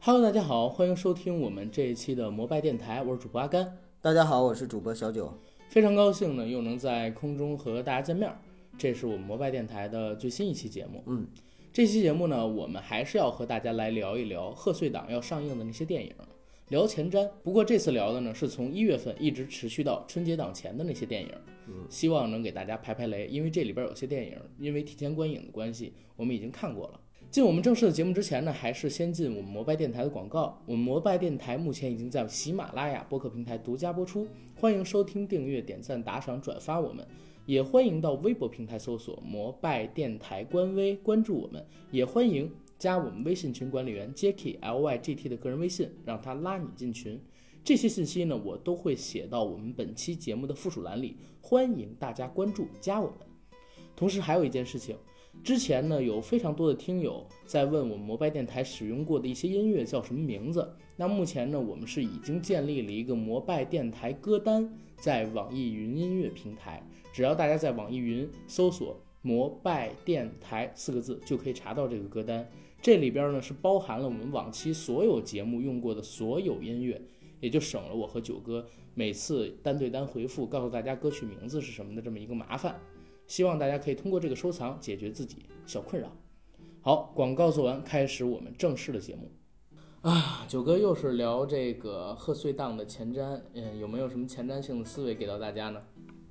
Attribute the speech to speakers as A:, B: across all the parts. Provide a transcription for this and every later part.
A: Hello，大家好，欢迎收听我们这一期的摩拜电台，我是主播阿甘，
B: 大家好，我是主播小九。
A: 非常高兴呢又能在空中和大家见面儿，这是我们摩拜电台的最新一期节目。
B: 嗯，
A: 这期节目呢，我们还是要和大家来聊一聊贺岁档要上映的那些电影，聊前瞻。不过这次聊的呢，是从一月份一直持续到春节档前的那些电影，希望能给大家排排雷，因为这里边有些电影因为提前观影的关系，我们已经看过了。进我们正式的节目之前呢，还是先进我们摩拜电台的广告。我们摩拜电台目前已经在喜马拉雅播客平台独家播出，欢迎收听、订阅、点赞、打赏、转发我们。也欢迎到微博平台搜索“摩拜电台”官微关注我们，也欢迎加我们微信群管理员 Jacky L Y G T 的个人微信，让他拉你进群。这些信息呢，我都会写到我们本期节目的附属栏里，欢迎大家关注加我们。同时还有一件事情，之前呢有非常多的听友在问我们摩拜电台使用过的一些音乐叫什么名字。那目前呢，我们是已经建立了一个摩拜电台歌单，在网易云音乐平台，只要大家在网易云搜索“摩拜电台”四个字，就可以查到这个歌单。这里边呢是包含了我们往期所有节目用过的所有音乐，也就省了我和九哥每次单对单回复告诉大家歌曲名字是什么的这么一个麻烦。希望大家可以通过这个收藏解决自己小困扰。好，广告做完，开始我们正式的节目。啊，九哥又是聊这个贺岁档的前瞻，嗯，有没有什么前瞻性的思维给到大家呢？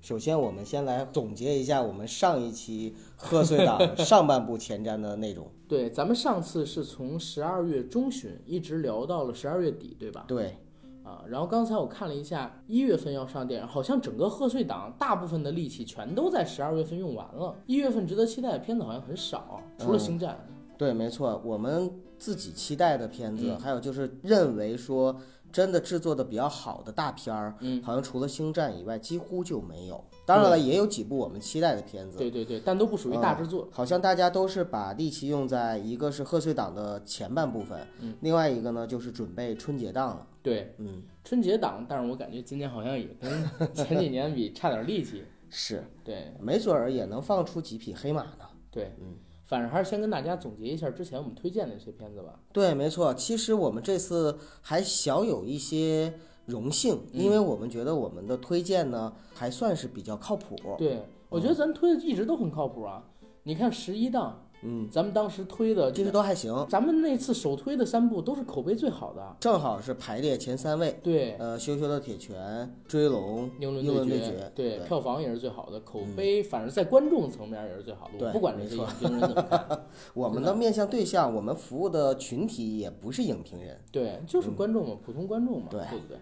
B: 首先，我们先来总结一下我们上一期贺 岁档上半部前瞻的内容。
A: 对，咱们上次是从十二月中旬一直聊到了十二月底，对 吧？
B: 对，
A: 啊，然后刚才我看了一下，一月份要上电影，好像整个贺岁档大部分的力气全都在十二月份用完了。一月份值得期待的片子好像很少，除了《星战》
B: 对，没错，我们自己期待的片子，
A: 嗯
B: 还有就是认为说真的制作的比较好的大片儿，
A: 嗯
B: 好像除了《星战》以外几乎就没有。当然了，也有几部我们期待的片子，
A: 对对对，但都不属于大制作。
B: 好像大家都是把力气用在一个是贺岁档的前半部分，
A: 嗯
B: 另外一个呢就是准备春节档了。
A: 对，
B: 嗯，
A: 春节档，但是我感觉今年好像也跟前几年比差点力气。
B: 是，
A: 对
B: 没准儿也能放出几匹黑马呢。
A: 对，
B: 嗯，
A: 反正还是先跟大家总结一下之前我们推荐的一些片子吧。
B: 对，没错。其实我们这次还小有一些荣幸，
A: 嗯
B: 因为我们觉得我们的推荐呢还算是比较靠谱。
A: 对，我觉得咱推的一直都很靠谱啊。你看十一档，
B: 嗯，
A: 咱们当时推的，
B: 其实都还行，
A: 咱们那次首推的三部都是口碑最好的。
B: 正好是排列前三位。
A: 对，
B: 呃，羞羞的铁拳、追龙、
A: 英伦
B: 英伦
A: 决，
B: 对决，
A: 对，票房也是最好的，口碑反正在观众层面也是最好的。我
B: 对
A: 不管这些影评人怎 么看，
B: 我们的面向对象，我们服务的群体也不是影评人。
A: 对，就是观众嘛，普通观众嘛，
B: 嗯对
A: 不对？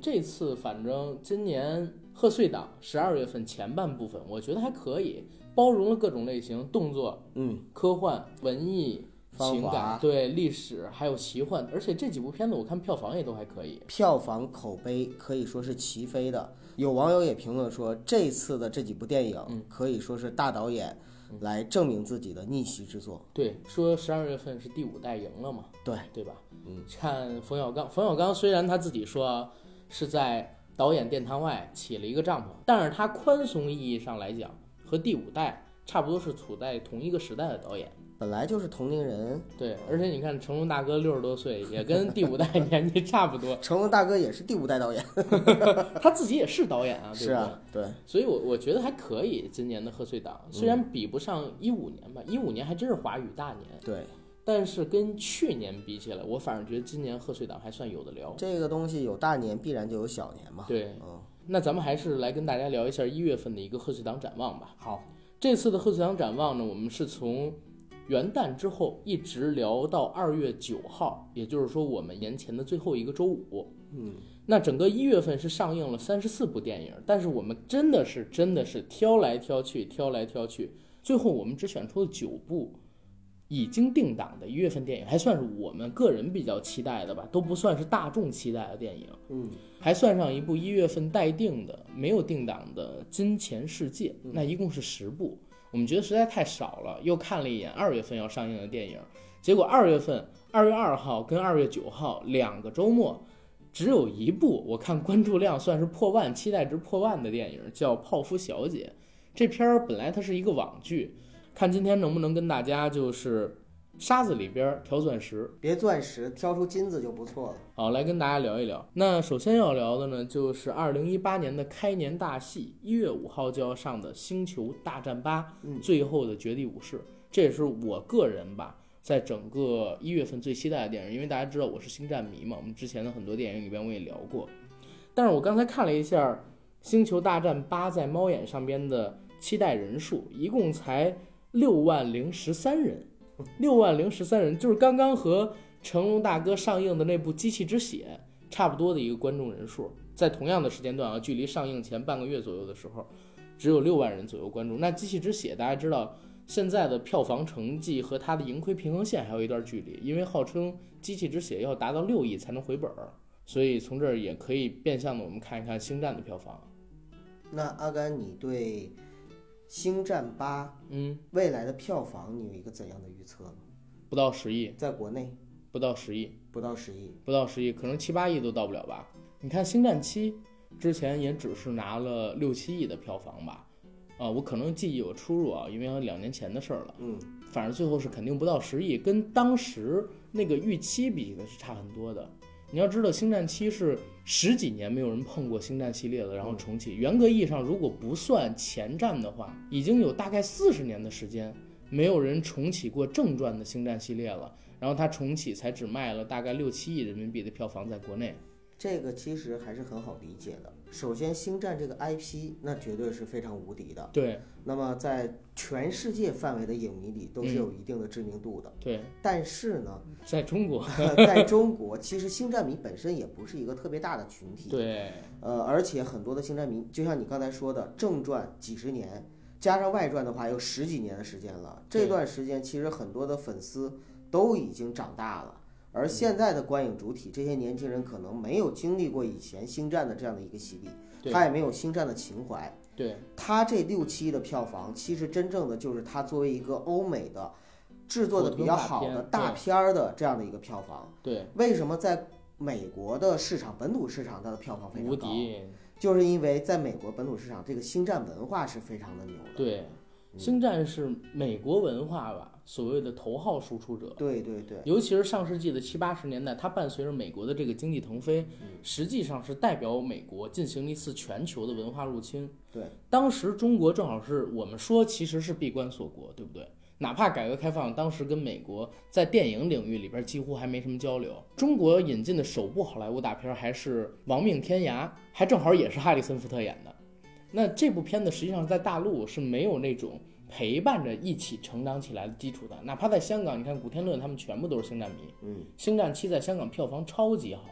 A: 这次反正今年贺岁档十二月份前半部分，我觉得还可以，包容了各种类型，动作、
B: 嗯，
A: 科幻、文艺、
B: 芳
A: 情
B: 华
A: 感，对历史还有奇幻，而且这几部片子我看票房也都还可以。
B: 票房口碑可以说是齐飞的。有网友也评论说，这次的这几部电
A: 嗯
B: 影可以说是大导演来证明自己的逆袭之作。
A: 对，说十二月份是第五代赢了嘛，
B: 对，
A: 对吧？
B: 嗯，
A: 看冯小刚，冯小刚虽然他自己说啊是在导演殿堂外起了一个帐篷，但是他宽松意义上来讲，和第五代差不多是处在同一个时代的导演。
B: 本来就是同龄人，
A: 对，而且你看成龙大哥六十多岁，也跟第五代年纪差不多，
B: 成龙大哥也是第五代导演。
A: 他自己也是导演啊，对不
B: 是
A: 对？
B: 啊，对，
A: 所以我，我觉得还可以。今年的贺岁档虽然比不上一五年吧，一五年还真是华语大年，
B: 对，
A: 但是跟去年比起来，我反而觉得今年贺岁档还算有的聊。
B: 这个东西有大年必然就有小年嘛。
A: 对，
B: 嗯，
A: 那咱们还是来跟大家聊一下一月份的一个贺岁档展望吧。
B: 好，
A: 这次的贺岁档展望呢，我们是从元旦之后一直聊到二月九号，也就是说我们年前的最后一个周五。
B: 嗯，
A: 那整个一月份是上映了三十四部电影，但是我们真的是真的是挑来挑去，挑来挑去，最后我们只选出了九部已经定档的一月份电影，还算是我们个人比较期待的吧，都不算是大众期待的电影。
B: 嗯，
A: 还算上一部一月份待定的没有定档的《金钱世界》，那一共是十部。我们觉得实在太少了，又看了一眼二月份要上映的电影，结果二月份二月二号跟二月九号两个周末，只有一部我看关注量算是破万、期待值破万的电影，叫《泡芙小姐》。这片儿本来它是一个网剧，看今天能不能跟大家就是沙子里边挑钻石，
B: 别钻石，挑出金子就不错了。
A: 好，来跟大家聊一聊。那首先要聊的呢，就是二零一八年的开年大戏，一月五号就要上的《星球大战八：
B: 嗯
A: 最后的绝地武士》，这也是我个人吧，在整个一月份最期待的电影，因为大家知道我是星战迷嘛，我们之前的很多电影里边我也聊过。但是我刚才看了一下《星球大战八》在猫眼上边的期待人数，一共才六万零十三人，六万零十三人，就是刚刚和成龙大哥上映的那部《机器之血》差不多的一个观众人数，在同样的时间段啊，距离上映前半个月左右的时候，只有六万人左右观众。那《机器之血》大家知道，现在的票房成绩和它的盈亏平衡线还有一段距离，因为号称《机器之血》要达到六亿才能回本儿，所以从这儿也可以变相的我们看一看《星战》的票房。
B: 那阿甘，你对《星战八》
A: 嗯，
B: 未来的票房你有一个怎样的预测呢？
A: 不到十亿，
B: 在国内
A: 不到十亿，
B: 不到十亿，
A: 不到十亿，可能七八亿都到不了吧。你看《星战七》之前也只是拿了六七亿的票房吧，啊、我可能记忆有出入啊，因为有两年前的事儿了。
B: 嗯，
A: 反正最后是肯定不到十亿，跟当时那个预期比的是差很多的。你要知道，《星战七》是十几年没有人碰过《星战》系列了，然后重启。严格意义上，如果不算前传的话，已经有大概四十年的时间没有人重启过正传的《星战》系列了。然后它重启才只卖了大概六七亿人民币的票房，在国内。
B: 这个其实还是很好理解的。首先，《星战》这个 IP 那绝对是非常无敌的，
A: 对
B: 那么在全世界范围的影迷里都是有一定的知名度的。
A: 对，
B: 但是 呢，
A: 在中国，
B: 在中国，其实星战迷本身也不是一个特别大的群体。
A: 对
B: 呃，而且很多的星战迷，就像你刚才说的，正传几十年，加上外传的话，有十几年的时间了。这
A: 对
B: 段时间，其实很多的粉丝都已经长大了，而现在的观影主体，这些年轻人可能没有经历过以前星战的这样的一个洗礼，
A: 对
B: 他也没有星战的情怀。
A: 对
B: 他这六期的票房，其实真正的就是他作为一个欧美的制作的比较好的
A: 普通
B: 大
A: 大片
B: 片儿的这样的一个票房，
A: 对，
B: 为什么在美国的市场本土市场它的票房非
A: 无
B: 常高？
A: 敌，
B: 就是因为在美国本土市场，这个星战文化是非常的牛的。嗯
A: 对，星战是美国文化吧，所谓的头号输出者。
B: 对对对
A: 尤其是上世纪的七八十年代，它伴随着美国的这个经济腾飞，
B: 嗯
A: 实际上是代表美国进行了一次全球的文化入侵。
B: 对，
A: 当时中国正好是我们说其实是闭关锁国，对不对？哪怕改革开放，当时跟美国在电影领域里边几乎还没什么交流。中国引进的首部好莱坞大片还是《亡命天涯》，还正好也是哈里森·福特演的。那这部片子实际上在大陆是没有那种陪伴着一起成长起来的基础的，哪怕在香港，你看古天乐他们全部都是星战迷，
B: 嗯，
A: 星战七在香港票房超级好，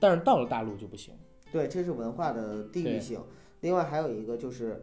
A: 但是到了大陆就不行。
B: 对，这是文化的地域
A: 对
B: 性。另外还有一个就是。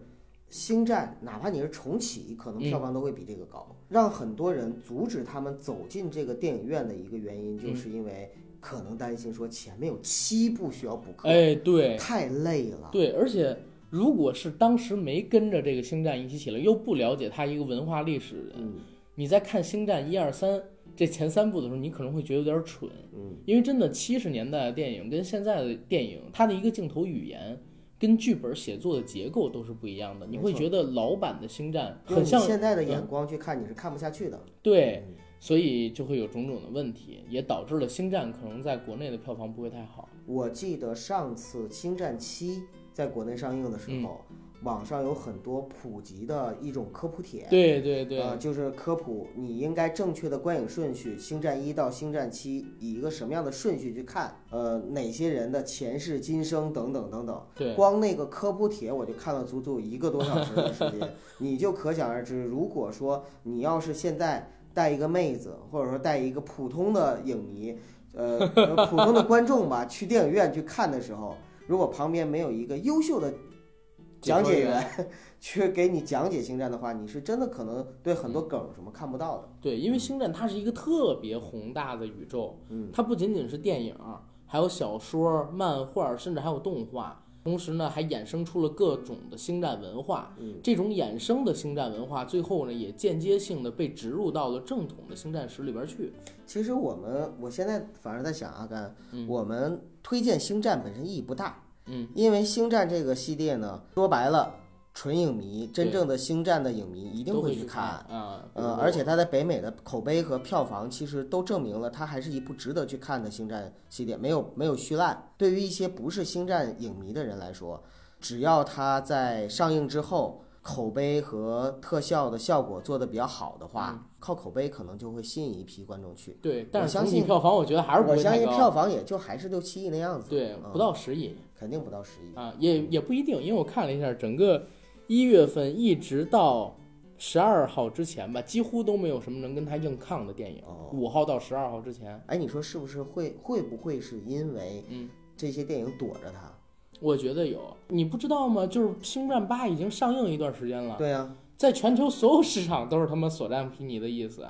B: 星战，哪怕你是重启，可能
A: 嗯
B: 票房都会比这个高。让很多人阻止他们走进这个电影院的一个原因，
A: 嗯
B: 就是因为可能担心说前面有七部需要补课，
A: 哎，对，
B: 太累了。
A: 对，而且如果是当时没跟着这个星战一起起来，又不了解它一个文化历史，
B: 嗯
A: 你在看星战一二三这前三部的时候，你可能会觉得有点蠢，
B: 嗯，
A: 因为真的七十年代的电影跟现在的电影，它的一个镜头语言。跟剧本写作的结构都是不一样的，你
B: 没
A: 会
B: 错
A: 觉得老版的《星战》
B: 用
A: 很
B: 你
A: 像嗯呃
B: 现在的眼光去看，你是看不下去的。嗯
A: 对，所以就会有种种的问题，也导致了《星战》可能在国内的票房不会太好。
B: 我记得上次《星战七》在国内上映的时候，
A: 嗯
B: 网上有很多普及的一种科普帖，
A: 对对对，
B: 呃，就是科普你应该正确的观影顺序，《星战一》到《星战七》以一个什么样的顺序去看，呃，哪些人的前世今生等等等等。
A: 对
B: 光那个科普帖我就看了足足一个多小时的时 间，你就可想而知，如果说你要是现在带一个妹子，或者说带一个普通的影 迷，呃，呃普通的观众吧，去电影院去看的时候，如果旁边没有一个优秀的讲解员去给你讲解星战的话，你是真的可能对很多梗什么看不到的。
A: 对，因为《星战》它是一个特别宏大的宇宙，
B: 嗯，
A: 它不仅仅是电影，还有小说、漫画，甚至还有动画。同时呢，还衍生出了各种的星战文化。
B: 嗯，
A: 这种衍生的星战文化，最后呢，也间接性的被植入到了正统的星战史里边去。
B: 其实我们我现在反而在想阿甘，
A: 嗯
B: 我们推荐星战本身意义不大，
A: 嗯，
B: 因为星战这个系列呢，说白了。纯影迷、真正的星战的影迷一定
A: 都
B: 会
A: 去
B: 看。
A: 啊。
B: 呃，而且它在北美的口碑和票房，其实都证明了它还是一部值得去看的星战系列，没有没有虚烂。对于一些不是星战影迷的人来说，只要它在上映之后，口碑和特效的效果做得比较好的
A: 嗯
B: 话，靠口碑可能就会吸引一批观众去。
A: 对，但是
B: 相
A: 总体
B: 信
A: 票房我觉得还是不
B: 我
A: 会
B: 相
A: 太
B: 信
A: 高
B: 票房也就还是六七亿那样子，
A: 对
B: 嗯
A: 不到十亿
B: 肯定不到十亿。
A: 啊，也也不一定，因为我看了一下，整个一月份一直到十二号之前吧，几乎都没有什么能跟他硬抗的电影。
B: 哦，
A: 五号到十二号之前，
B: 哎，你说是不是会会不会是因为
A: 嗯
B: 这些电影躲着它？
A: 我觉得有，你不知道吗？就是《星战八》已经上映一段时间了，
B: 对啊呀，
A: 在全球所有市场都是他妈所占披靡的意思。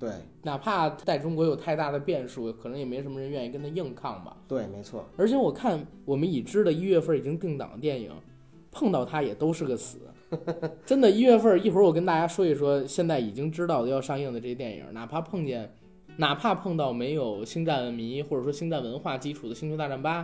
B: 对
A: 哪怕在中国有太大的变数，可能也没什么人愿意跟他硬抗吧。
B: 对，没错，
A: 而且我看我们已知的一月份已经定档的电影，碰到它也都是个 死。真的，一月份一会儿我跟大家说一说，现在已经知道的要上映的这些电影，哪怕碰见，哪怕碰到没有星战迷或者说星战文化基础的《星球大战八》，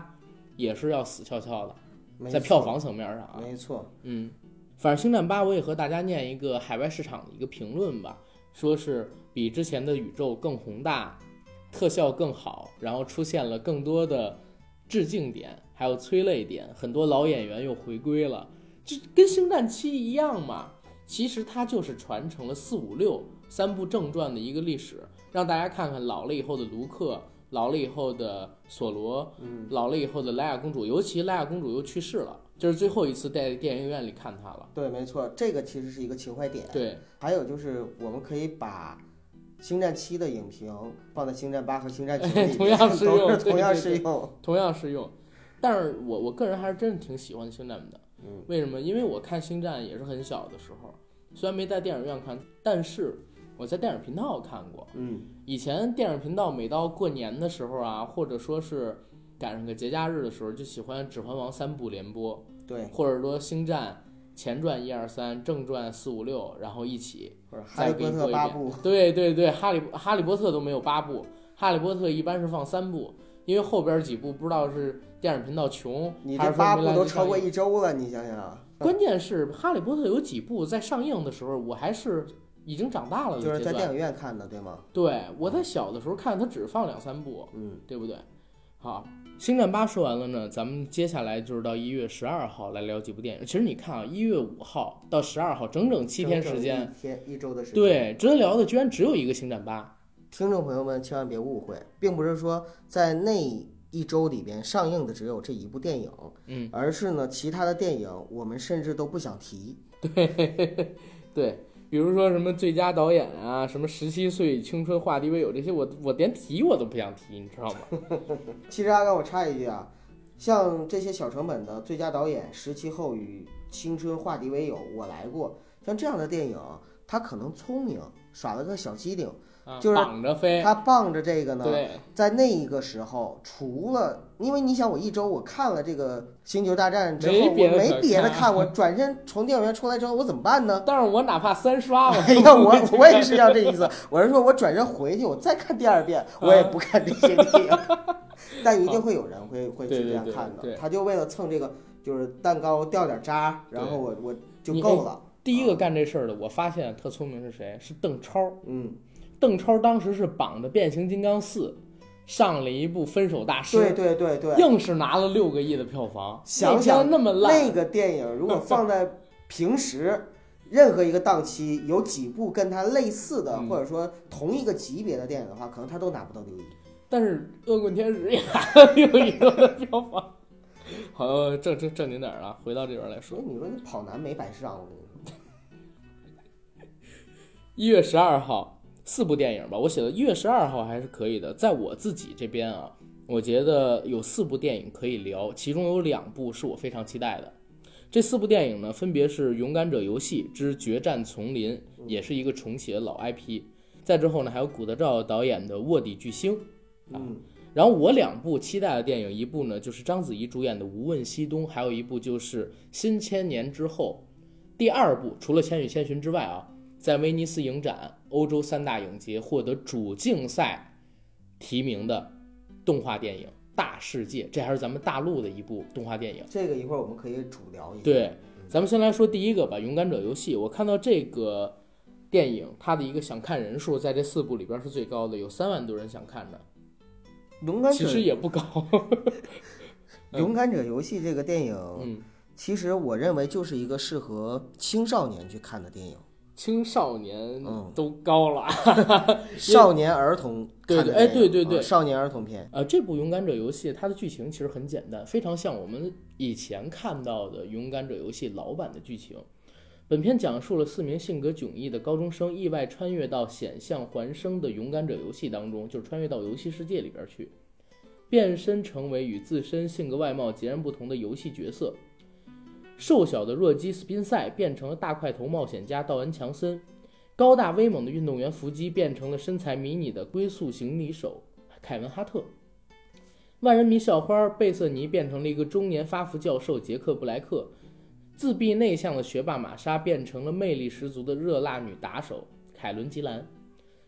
A: 也是要死翘翘的，
B: 没
A: 在
B: 错
A: 票房层面上啊。
B: 没错，
A: 嗯，反正《星战八》我也和大家念一个海外市场的一个评论吧，说是比之前的宇宙更宏大，特效更好，然后出现了更多的致敬点，还有催泪点，很多老演员又回归了，这跟《星战七》一样嘛。其实它就是传承了四五六三部正传的一个历史，让大家看看老了以后的卢克，老了以后的索罗，
B: 嗯，
A: 老了以后的莱雅公主，尤其莱雅公主又去世了，这是最后一次在电影院里看她了。
B: 对，没错，这个其实是一个情怀点。，
A: 对，
B: 还有就是我们可以把。星战七的影评放在星战八和星战九 里，
A: 同样适用
B: 都是
A: 对
B: 同样
A: 对对
B: 适用。
A: 同样适用。但是我我个人还是真的挺喜欢星战的。
B: 嗯，
A: 为什么？因为我看星战也是很小的时候，虽然没在电影院看，但是我在电影频道看过。
B: 嗯，
A: 以前电影频道每到过年的时候啊，或者说是赶上个节假日的时候，就喜欢《指环王》三部连播。
B: 对，
A: 或者说《星战》前传一二三，正传四五六，然后一起。
B: 或者《哈
A: 再
B: 利
A: 给
B: 波
A: 你
B: 特
A: 播》一
B: 八
A: 遍。
B: 部，
A: 对对对，哈利哈利波特都没有八部，哈利波特一般是放三部，因为后边几部不知道是电影频道穷，
B: 你
A: 还
B: 这
A: 是说
B: 八部
A: 没来
B: 都
A: 得及
B: 超过
A: 上映。
B: 一周了，你想啊想，
A: 关键是哈利波特有几部在上映的时候，我还是已经长大了的
B: 就是
A: 阶
B: 在电
A: 段。
B: 影院看的，对吗？
A: 对，我在小的时候看它只放两三部，
B: 嗯，
A: 对不对？好，《星战八》说完了呢，咱们接下来就是到一月十二号来聊几部电影。其实你看啊，一月五号到十二号，整整七天
B: 整
A: 时
B: 整
A: 间，
B: 一天一周的时间。，
A: 对，值得聊的居然只有一个《星战八》。
B: 听众朋友们千万别误会，并不是说在那一周里边上映的只有这一部电影，
A: 嗯，
B: 而是呢其他的电影我们甚至都不想提。
A: 对，比如说什么最佳导演啊，什么十七岁青春化敌为友这些，我我连提我都不想提，你知道吗？
B: 其实阿甘，我插一句啊，像这些小成本的最佳导演《十七后与青春化敌为友》，我来过，像这样的电影，他可能聪明，耍了个小机灵，
A: 啊，
B: 就是
A: 绑着飞，
B: 他傍着这个呢，
A: 对，
B: 在那一个时候，除了因为你想，我一周我看了这个《星球大战》之后，
A: 没
B: 我
A: 别的可
B: 没别的
A: 看
B: 看，我转身从电影院出来之后，我怎么办呢？
A: 但是我哪怕三刷，我
B: 哎呀，我我也是要这意思，我是说我转身回去，我再看第二遍，我
A: 嗯
B: 也不看这些电 影，但一定会有人会会去
A: 对
B: 这
A: 对
B: 样
A: 对
B: 看
A: 对
B: 的，他就为了蹭这个，就是蛋糕掉点渣，然后我我就
A: 你哎
B: 够了，
A: 第一个干这事儿的，我发现特聪明是谁？是邓超。
B: 嗯，
A: 邓超当时是绑着《变形金刚四》上了一部《分手大师
B: 对》，对对对，
A: 硬是拿了六个亿的票房。
B: 想想
A: 那天那么烂，
B: 那个电影如果放在平时， 任何一个档期有几部跟它类似的，
A: 嗯
B: 或者说同一个级别的电影的话，可能它都拿不到六亿。
A: 但是《恶棍天使》也拿了六亿多的票房。 好，正正正经点儿啊，回到这边来
B: 所
A: 说
B: 以，你说这跑男没白上，我跟你说。
A: 一月十二号四部电影吧，我写的一月十二号还是可以的。在我自己这边啊，我觉得有四部电影可以聊，其中有两部是我非常期待的。这四部电影呢，分别是《勇敢者游戏之决战丛林》，也是一个重启的老 IP。再之后呢，还有古德照导演的《卧底巨星》。啊
B: 嗯，
A: 然后我两部期待的电影，一部呢就是章子怡主演的《无问西东》，还有一部就是《新千年之后》。第二部除了《千与千寻》之外啊，在威尼斯影展、欧洲三大影节获得主竞赛提名的动画电影《大世界》，这还是咱们大陆的一部动画电影。
B: 这个一会儿我们可以主聊一下。
A: 对，咱们先来说第一个吧，《勇敢者游戏》。我看到这个电影，它的一个想看人数在这四部里边是最高的，有三万多人想看的，
B: 勇敢
A: 其
B: 者
A: 实也不高。嗯
B: 勇敢者游戏这个电影，
A: 嗯，
B: 其实我认为就是一个适合青少年去看的电影，
A: 青少年
B: 嗯
A: 都高了。
B: 少年儿童看的
A: 对对
B: 电影
A: 哎对对对
B: 啊少年儿童片，
A: 呃，这部《勇敢者游戏》它的剧情其实很简单，非常像我们以前看到的《勇敢者游戏》老版的剧情。本片讲述了四名性格迥异的高中生意外穿越到险象环生的勇敢者游戏当中，就是穿越到游戏世界里边去，变身成为与自身性格外貌截然不同的游戏角色。瘦小的弱鸡斯宾塞变成了大块头冒险家道恩·强森，高大威猛的运动员伏击变成了身材迷你的龟速行李手凯文·哈特。万人迷校花贝瑟尼变成了一个中年发福教授杰克布莱克，自闭内向的学霸玛莎变成了魅力十足的热辣女打手凯伦吉兰。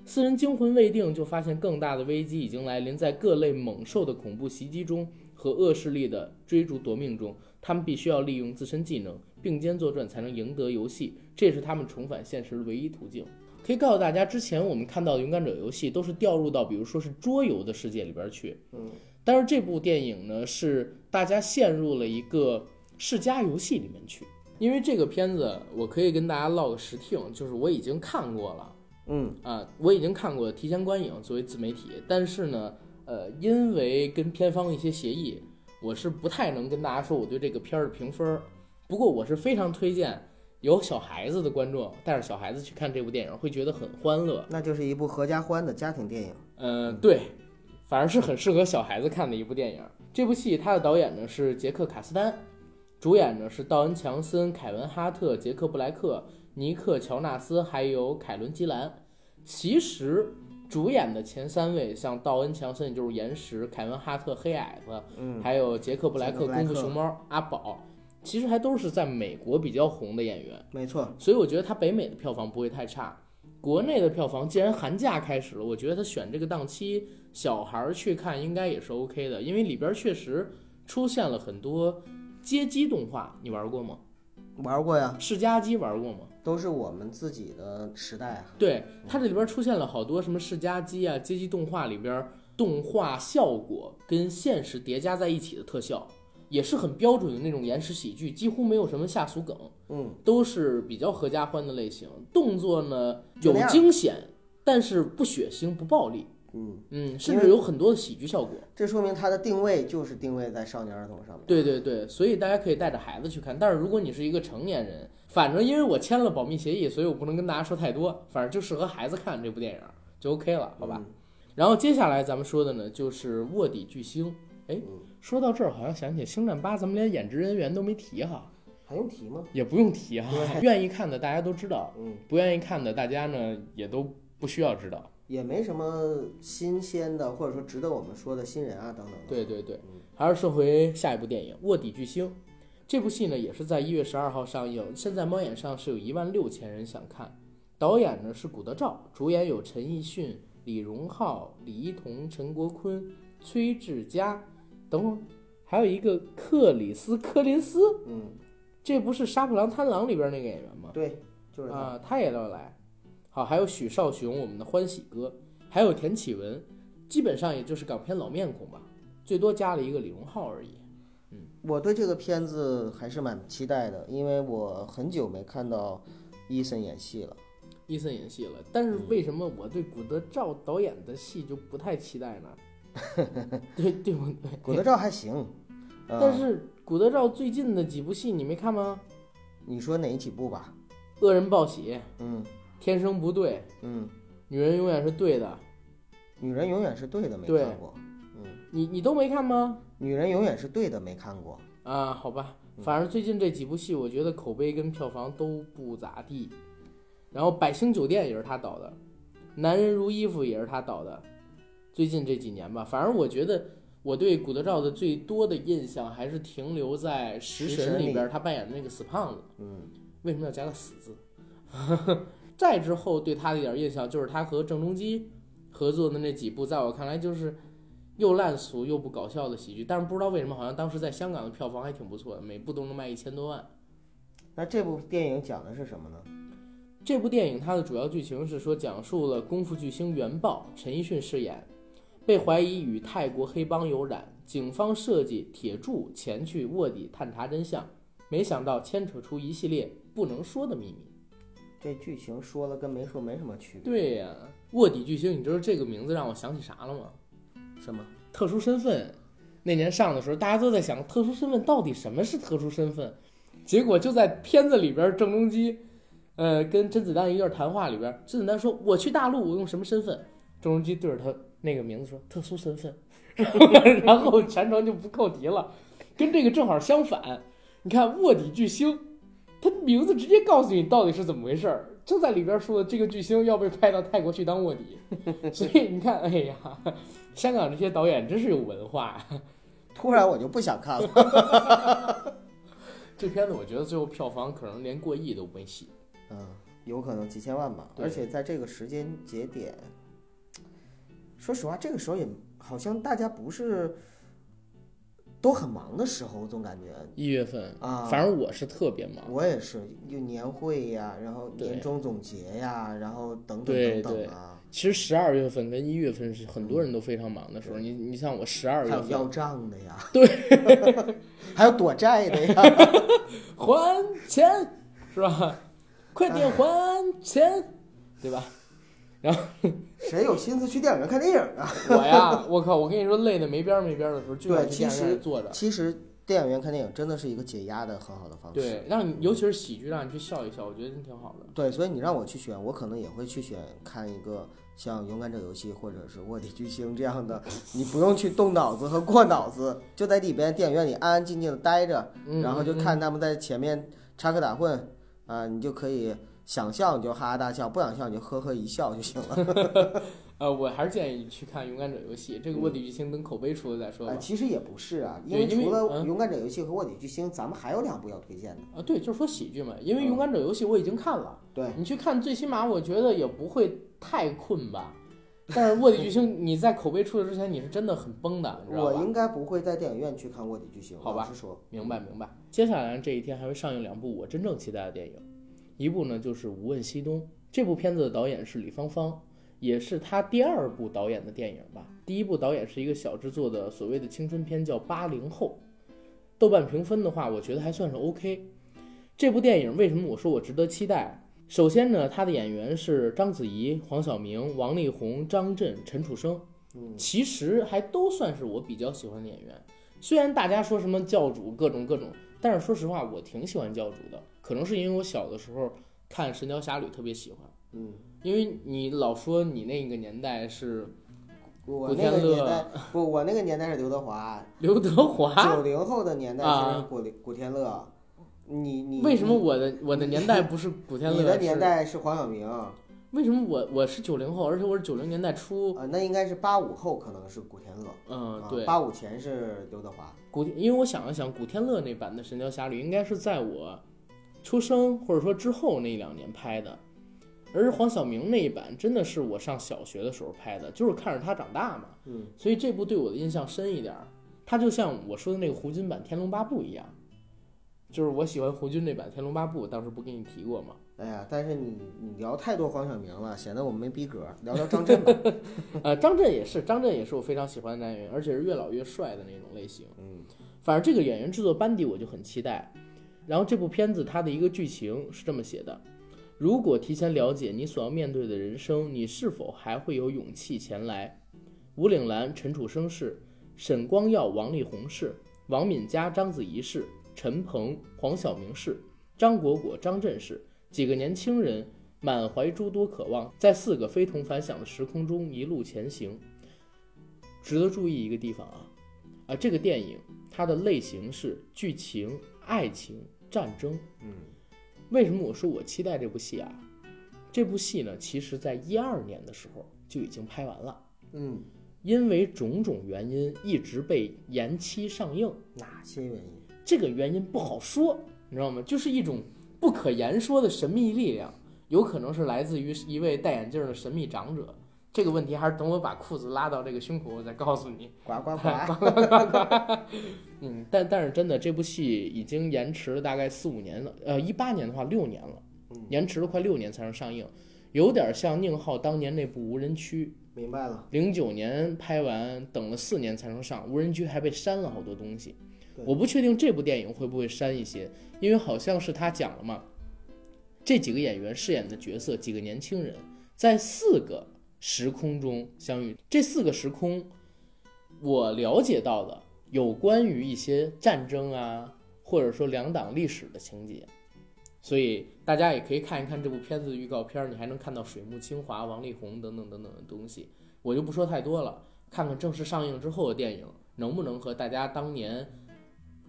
A: 四人惊魂未定，就发现更大的危机已经来临，在各类猛兽的恐怖袭击中和恶势力的追逐夺命中，他们必须要利用自身技能并肩作战，才能赢得游戏，这也是他们重返现实的唯一途径。可以告诉大家，之前我们看到的勇敢者游戏都是掉入到比如说是桌游的世界里边去，
B: 嗯，
A: 但是这部电影呢，是大家陷入了一个世家游戏里面去。因为这个片子，我可以跟大家唠个实听，就是我已经看过了
B: 嗯，
A: 啊、我已经看过提前观影作为自媒体，但是呢，呃，因为跟片方一些协议，我是不太能跟大家说我对这个片儿的评分儿。不过我是非常推荐有小孩子的观众带着小孩子去看这部电影，会觉得很欢乐。
B: 那就是一部合家欢的家庭电影。
A: 呃，对，反而是很适合小孩子看的一部电影。这部戏它的导演呢是杰克·卡斯丹，主演呢是道恩·强森、凯文·哈特、杰克·布莱克、尼克·乔纳斯，还有凯伦·基兰。其实主演的前三位，像道恩·强森，也就是岩石；凯文·哈特，黑矮子；
B: 嗯，
A: 还有杰克·布莱
B: 杰克
A: 克，
B: 布莱
A: 功夫
B: 克
A: 熊猫阿宝。其实还都是在美国比较红的演员。
B: 没错，
A: 所以我觉得它北美的票房不会太差。国内的票房既然寒假开始了，我觉得它选这个档期，小孩儿去看应该也是 OK 的，因为里边确实出现了很多街机动画，你玩过吗？
B: 玩过呀，
A: 啊世嘉机玩过吗？
B: 都是我们自己的时代啊。
A: 对，它这里边出现了好多什么世嘉机啊、街机动画里边动画效果跟现实叠加在一起的特效，也是很标准的那种延时喜剧，几乎没有什么下俗梗。
B: 嗯，
A: 都是比较合家欢的类型。动作呢
B: 就
A: 有
B: 那样
A: 惊险，但是不血腥不暴力，
B: 嗯，
A: 嗯，甚至有很多的喜剧效果。
B: 这说明它的定位就是定位在少年儿童上面。
A: 对对对，所以大家可以带着孩子去看。但是如果你是一个成年人，反正因为我签了保密协议，所以我不能跟大家说太多，反正就适合孩子看这部电影就 OK 了，好吧？
B: 嗯
A: 然后接下来咱们说的呢，就是卧底巨星。哎
B: 嗯，
A: 说到这儿，好像想起《星战八》，咱们连演职人员都没提哈，
B: 还用提吗？
A: 也不用提哈。愿意看的大家都知道，
B: 嗯，
A: 不愿意看的，大家呢也都不需要知道。
B: 也没什么新鲜的，或者说值得我们说的新人啊，等等等。
A: 对对对
B: 嗯，
A: 还是说回下一部电影《卧底巨星》。这部戏呢也是在一月十二号上映，现在猫眼上是有一万六千人想看。导演呢是古德照，主演有陈奕迅、李荣浩、李一桐、陈国坤、崔智佳，等会儿还有一个克里斯·柯林斯，
B: 嗯，
A: 这不是《杀破狼贪狼》里边那个演员吗？
B: 对，就是他。
A: 啊，他也要来。好，还有许绍雄，我们的欢喜哥，还有田启文，基本上也就是港片老面孔吧，最多加了一个李荣浩而已。
B: 我对这个片子还是蛮期待的，因为我很久没看到伊森演戏 了。
A: 伊森演戏了，但是为什么我对古德照导演的戏就不太期待呢？ 对对不对？
B: 古德照还行，呃
A: 但是古德照最近的几部戏你没看吗？
B: 你说哪几部吧？
A: 《恶人报喜》《
B: 嗯
A: 天生不对》
B: 嗯，
A: 《女人永远是对的
B: 女人永远是对的没
A: 对
B: 看过，嗯，》，
A: 你你都没看吗？
B: 女人永远是对的没看过。
A: 啊，好吧，反正最近这几部戏，我觉得口碑跟票房都不咋地。然后《百星酒店》也是他导的，《男人如衣服》也是他导的。最近这几年吧，反正我觉得我对古德照的最多的印象还是停留在《食
B: 食
A: 神》
B: 神
A: 里
B: 里
A: 边他扮演的那个死胖子。
B: 嗯，
A: 为什么要加个“死”字？ 再之后对他的一点印象就是他和郑中基合作的那几部，在我看来就是又烂俗又不搞笑的喜剧。但是不知道为什么，好像当时在香港的票房还挺不错的，每部都能卖一千多万。
B: 那这部电影讲的是什么呢？
A: 这部电影它的主要剧情是说讲述了功夫巨星元爆陈奕迅饰演，被怀疑与泰国黑帮有染，警方设计铁柱前去卧底探查真相，没想到牵扯出一系列不能说的秘密。
B: 这剧情说了跟没说没什么区别。
A: 对呀、卧底巨星，你知道这个名字让我想起啥了吗？
B: 什么？
A: 特殊身份。那年上的时候，大家都在想特殊身份到底什么是特殊身份，结果就在片子里边，郑中基，呃，跟甄子丹一段谈话里边，甄子丹说：“我去大陆，我用什么身份？”郑中基对着他那个名字说：“特殊身份。” 然后全程就不扣题了，跟这个正好相反。你看卧底巨星，他名字直接告诉你到底是怎么回事儿。就在里边说的这个巨星要被派到泰国去当卧底，所以你看，哎呀，香港这些导演真是有文化啊呀。
B: 突然我就不想看了。
A: 这片子我觉得最后票房可能连过亿都没戏。
B: 嗯，有可能几千万吧。
A: 对
B: 而且在这个时间节点，说实话，这个时候也好像大家不是都很忙的时候，总感觉
A: 一月份，
B: 啊。
A: 反正我是特别忙。
B: 我也是，有年会呀，然后
A: 对
B: 年终总结呀，然后等等
A: 对
B: 等等啊，
A: 其实十二月份跟一月份是很多人都非常忙的时候。你你像我十二
B: 嗯还
A: 月
B: 有要
A: 份
B: 账的呀，对，还有躲债的呀，
A: 还钱是吧？快
B: 哎
A: 点还钱，对吧？
B: 谁有心思去电影院看电影啊？
A: 我呀，我靠，我跟你说累的没边儿没边儿的时候，就
B: 对
A: 想去电
B: 其
A: 影
B: 实
A: 院坐着。
B: 其实电影院看电影真的是一个解压的很好的方式。
A: 对，让你尤其是喜剧，让你去笑一笑，我觉得挺好的。
B: 对，所以你让我去选，我可能也会去选看一个像《勇敢者游戏》或者是《卧底巨星》这样的，你不用去动脑子和过脑子，就在里边电影院里安安静静的待着，
A: 嗯、
B: 然后就
A: 嗯
B: 看他们在前面插科打诨，啊、你就可以想笑你就哈哈大笑，不想笑你就呵呵一笑就行了。
A: 呃，我还是建议你去看《勇敢者游戏》，这个
B: 嗯
A: 卧底巨星等口碑出了再说吧
B: 啊，。其实也不是啊，因
A: 对
B: 为
A: 因为
B: 除了
A: 嗯
B: 《勇敢者游戏》和《卧底巨星》，咱们还有两部要推荐的。
A: 啊，对，就是说喜剧嘛，因为《
B: 嗯
A: 勇敢者游戏》我已经看了，
B: 对，
A: 你去看，最起码我觉得也不会太困吧。但是《卧底巨星》，你在口碑出来之前，你是真的很崩的，你知道
B: 我
A: 吧？
B: 应该不会在电影院去看《卧底巨星》，
A: 好吧
B: 老实说，
A: 明白明白。接下来这一天还会上映两部我真正期待的电影，一部呢就是《无问西东》，这部片子的导演是李芳芳，也是她第二部导演的电影吧。第一部导演是一个小制作的所谓的青春片，叫《八零后》。豆瓣评分的话，我觉得还算是 OK。这部电影为什么我说我值得期待？首先呢，他的演员是章子怡、黄晓明、王力宏、张震、陈楚生，
B: 嗯，
A: 其实还都算是我比较喜欢的演员。虽然大家说什么教主各种各种，但是说实话，我挺喜欢教主的。可能是因为我小的时候看《神雕侠侣》特别喜欢，
B: 嗯。
A: 因为你老说你那个年代是
B: 我
A: 古
B: 那
A: 天
B: 个
A: 乐
B: 年代，不，我那个年代是刘德华，
A: 刘德华，
B: 九零后的年代是
A: 啊
B: 古天古天乐。你你
A: 为什么
B: 你
A: 我的我的年代不是古天乐？
B: 你的
A: 是
B: 年代是黄晓明啊？
A: 为什么我我是九零后，而且我是九零年代初？
B: 呃那应该是八五后，可能是古天乐。
A: 嗯、
B: 啊
A: 对，
B: 八五前是刘德华。
A: 古天，因为我想了想，古天乐那版的《神雕侠侣》应该是在我出生或者说之后那一两年拍的，而黄晓明那一版真的是我上小学的时候拍的，就是看着他长大嘛，
B: 嗯，
A: 所以这部对我的印象深一点儿。他就像我说的那个胡军版《天龙八部》一样，就是我喜欢胡军那版《天龙八部》，当时不跟你提过吗？
B: 哎呀，但是你你聊太多黄晓明了，显得我们没逼格。聊聊 张震吧。
A: 呃，张震也是，张震也是我非常喜欢的男演员，而且是越老越帅的那种类型。
B: 嗯，
A: 反正这个演员制作班底我就很期待。然后这部片子它的一个剧情是这么写的：如果提前了解你所要面对的人生，你是否还会有勇气前来？吴岭澜、陈楚生是，沈光耀、王力宏是，王敏佳、章子怡是，陈鹏、黄晓明是，张果果、张震是，几个年轻人满怀诸多渴望，在四个非同凡响的时空中一路前行。值得注意一个地方啊，啊，这个电影它的类型是剧情、爱情、战争。
B: 嗯，
A: 为什么我说我期待这部戏啊？这部戏呢，其实在一二年的时候就已经拍完了，
B: 嗯，
A: 因为种种原因一直被延期上映。
B: 哪些原因？
A: 这个原因不好说，你知道吗？就是一种不可言说的神秘力量，有可能是来自于一位戴眼镜的神秘长者，这个问题还是等我把裤子拉到这个胸口，我再告诉你。
B: 呱呱呱！
A: 嗯，但但是真的，这部戏已经延迟了大概四五年了，呃，一八年的话六年了，
B: 嗯，
A: 延迟了快六年才能上映，有点像宁浩当年那部《无人区》。
B: 明白了。
A: 零九年拍完，等了四年才能上，无人区还被删了好多东西
B: 对。
A: 我不确定这部电影会不会删一些，因为好像是他讲了嘛，这几个演员饰演的角色，几个年轻人在四个时空中相遇。这四个时空，我了解到的有关于一些战争啊，或者说两党历史的情节。所以大家也可以看一看这部片子的预告片儿，你还能看到水木清华、王力宏等等等等的东西。我就不说太多了，看看正式上映之后的电影能不能和大家当年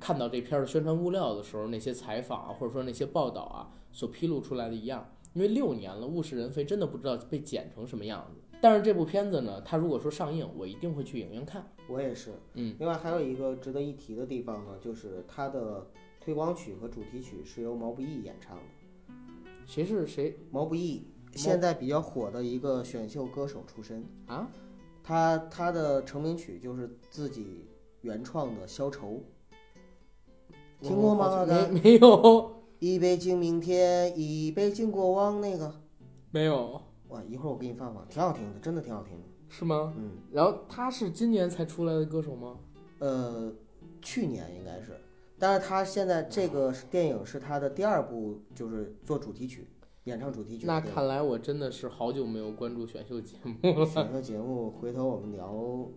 A: 看到这片儿的宣传物料的时候那些采访啊，或者说那些报道啊所披露出来的一样。因为六年了，物是人非，真的不知道被剪成什么样子。但是这部片子呢，它如果说上映，我一定会去影院看。
B: 我也是。
A: 嗯，
B: 另外还有一个值得一提的地方呢，就是它的推广曲和主题曲是由毛不易演唱的。
A: 谁是谁
B: 毛不易现在比较火的一个选秀歌手出身，
A: 啊？
B: 他他的成名曲就是自己原创的《消愁》，听过吗？
A: 我
B: 阿
A: 没
B: 甘
A: 没有
B: 一杯敬明天，一杯敬过往那个。
A: 没有
B: 哇，一会儿我给你放放，挺好听的，真的挺好听的。
A: 是吗？
B: 嗯，
A: 然后他是今年才出来的歌手吗？
B: 呃，去年应该是，但是他现在这个是电影是他的第二部，就是做主题曲，演唱主题曲
A: 那
B: 的电影。
A: 看来我真的是好久没有关注选秀节目 了。
B: 选秀节目，回头我们聊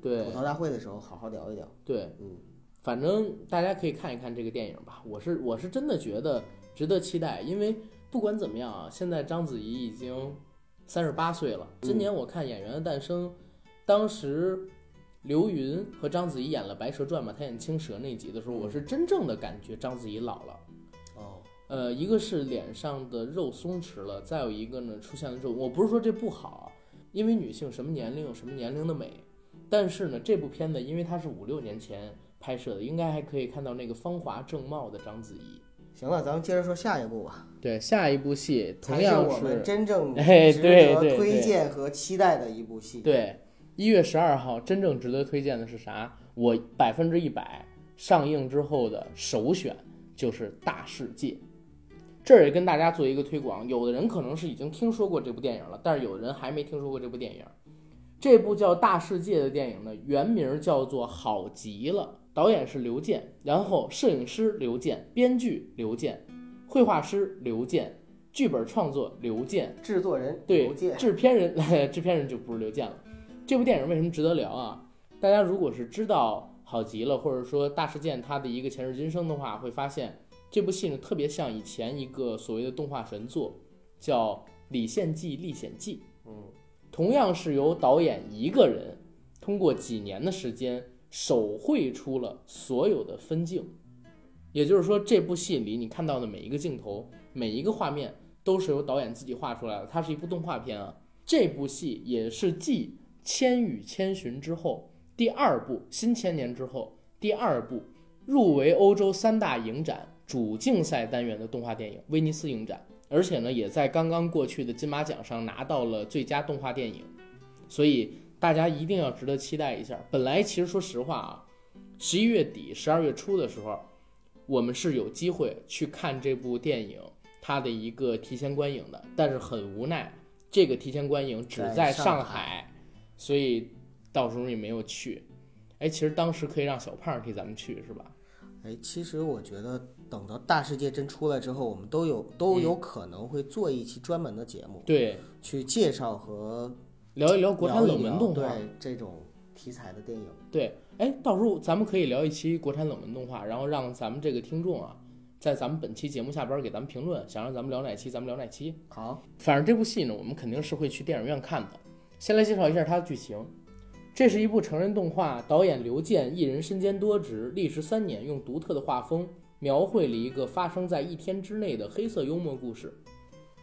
A: 对
B: 吐槽大会的时候好好聊一聊。
A: 对，
B: 嗯，
A: 反正大家可以看一看这个电影吧。我是我是真的觉得值得期待，因为不管怎么样啊，现在章子怡已经三十八岁了。今年我看《演员的诞生》，当时刘云和章子怡演了《白蛇传》嘛，她演青蛇那集的时候，
B: 嗯
A: 我是真正的感觉章子怡老了。
B: 哦，
A: 呃，一个是脸上的肉松弛了，再有一个呢出现了皱纹。我不是说这不好，因为女性什么年龄有什么年龄的美，但是呢，这部片子因为它是五六年前拍摄的，应该还可以看到那个芳华正茂的章子怡。
B: 行了，咱们接着说下一部吧，
A: 对，下一部戏
B: 才
A: 同样
B: 我们
A: 是
B: 真正
A: 哎
B: 值
A: 对对
B: 得推
A: 对
B: 荐和期待的一部戏。
A: 对一月十二号，真正值得推荐的是啥？我百分之一百上映之后的首选就是《大世界》。这儿也跟大家做一个推广，有的人可能是已经听说过这部电影了，但是有的人还没听说过这部电影。这部叫《大世界》的电影呢，原名叫做《好极了》，导演是刘健，然后摄影师刘健，编剧刘健，绘画师刘健，剧本创作刘健，
B: 制作人
A: 对
B: 刘健，
A: 制片人， 制片人就不是刘健了。这部电影为什么值得聊啊？大家如果是知道《好极了》或者说《大事件》它的一个前世今生的话，会发现这部戏呢特别像以前一个所谓的动画神作，叫《李献计历险记》。
B: 嗯，
A: 同样是由导演一个人通过几年的时间手绘出了所有的分镜，也就是说，这部戏里你看到的每一个镜头、每一个画面都是由导演自己画出来的。它是一部动画片啊。这部戏也是继《千与千寻》之后第二部《新千年》之后第二部入围欧洲三大影展主竞赛单元的动画电影——威尼斯影展。而且呢，也在刚刚过去的金马奖上拿到了最佳动画电影，所以大家一定要值得期待一下。本来其实说实话啊，十一月底、十二月初的时候，我们是有机会去看这部电影它的一个提前观影的，但是很无奈，这个提前观影只
B: 在
A: 在
B: 上
A: 上
B: 海
A: 海，所以到时候也没有去。哎，其实当时可以让小胖替咱们去，是吧？
B: 哎，其实我觉得等到大世界真出来之后，我们都有都有可能会做一期专门的节目，
A: 嗯对，
B: 去介绍和
A: 聊一聊呃国产
B: 聊一
A: 冷门
B: 聊
A: 动画。
B: 对这种题材的电影。
A: 对，哎，到时候咱们可以聊一期国产冷门动画，然后让咱们这个听众啊，在咱们本期节目下边给咱们评论，想让咱们聊哪期，咱们聊哪期。
B: 好，
A: 反正这部戏呢，我们肯定是会去电影院看的。先来介绍一下它的剧情，这是一部成人动画，导演刘健一人身兼多职，历时三年，用独特的画风描绘了一个发生在一天之内的黑色幽默故事。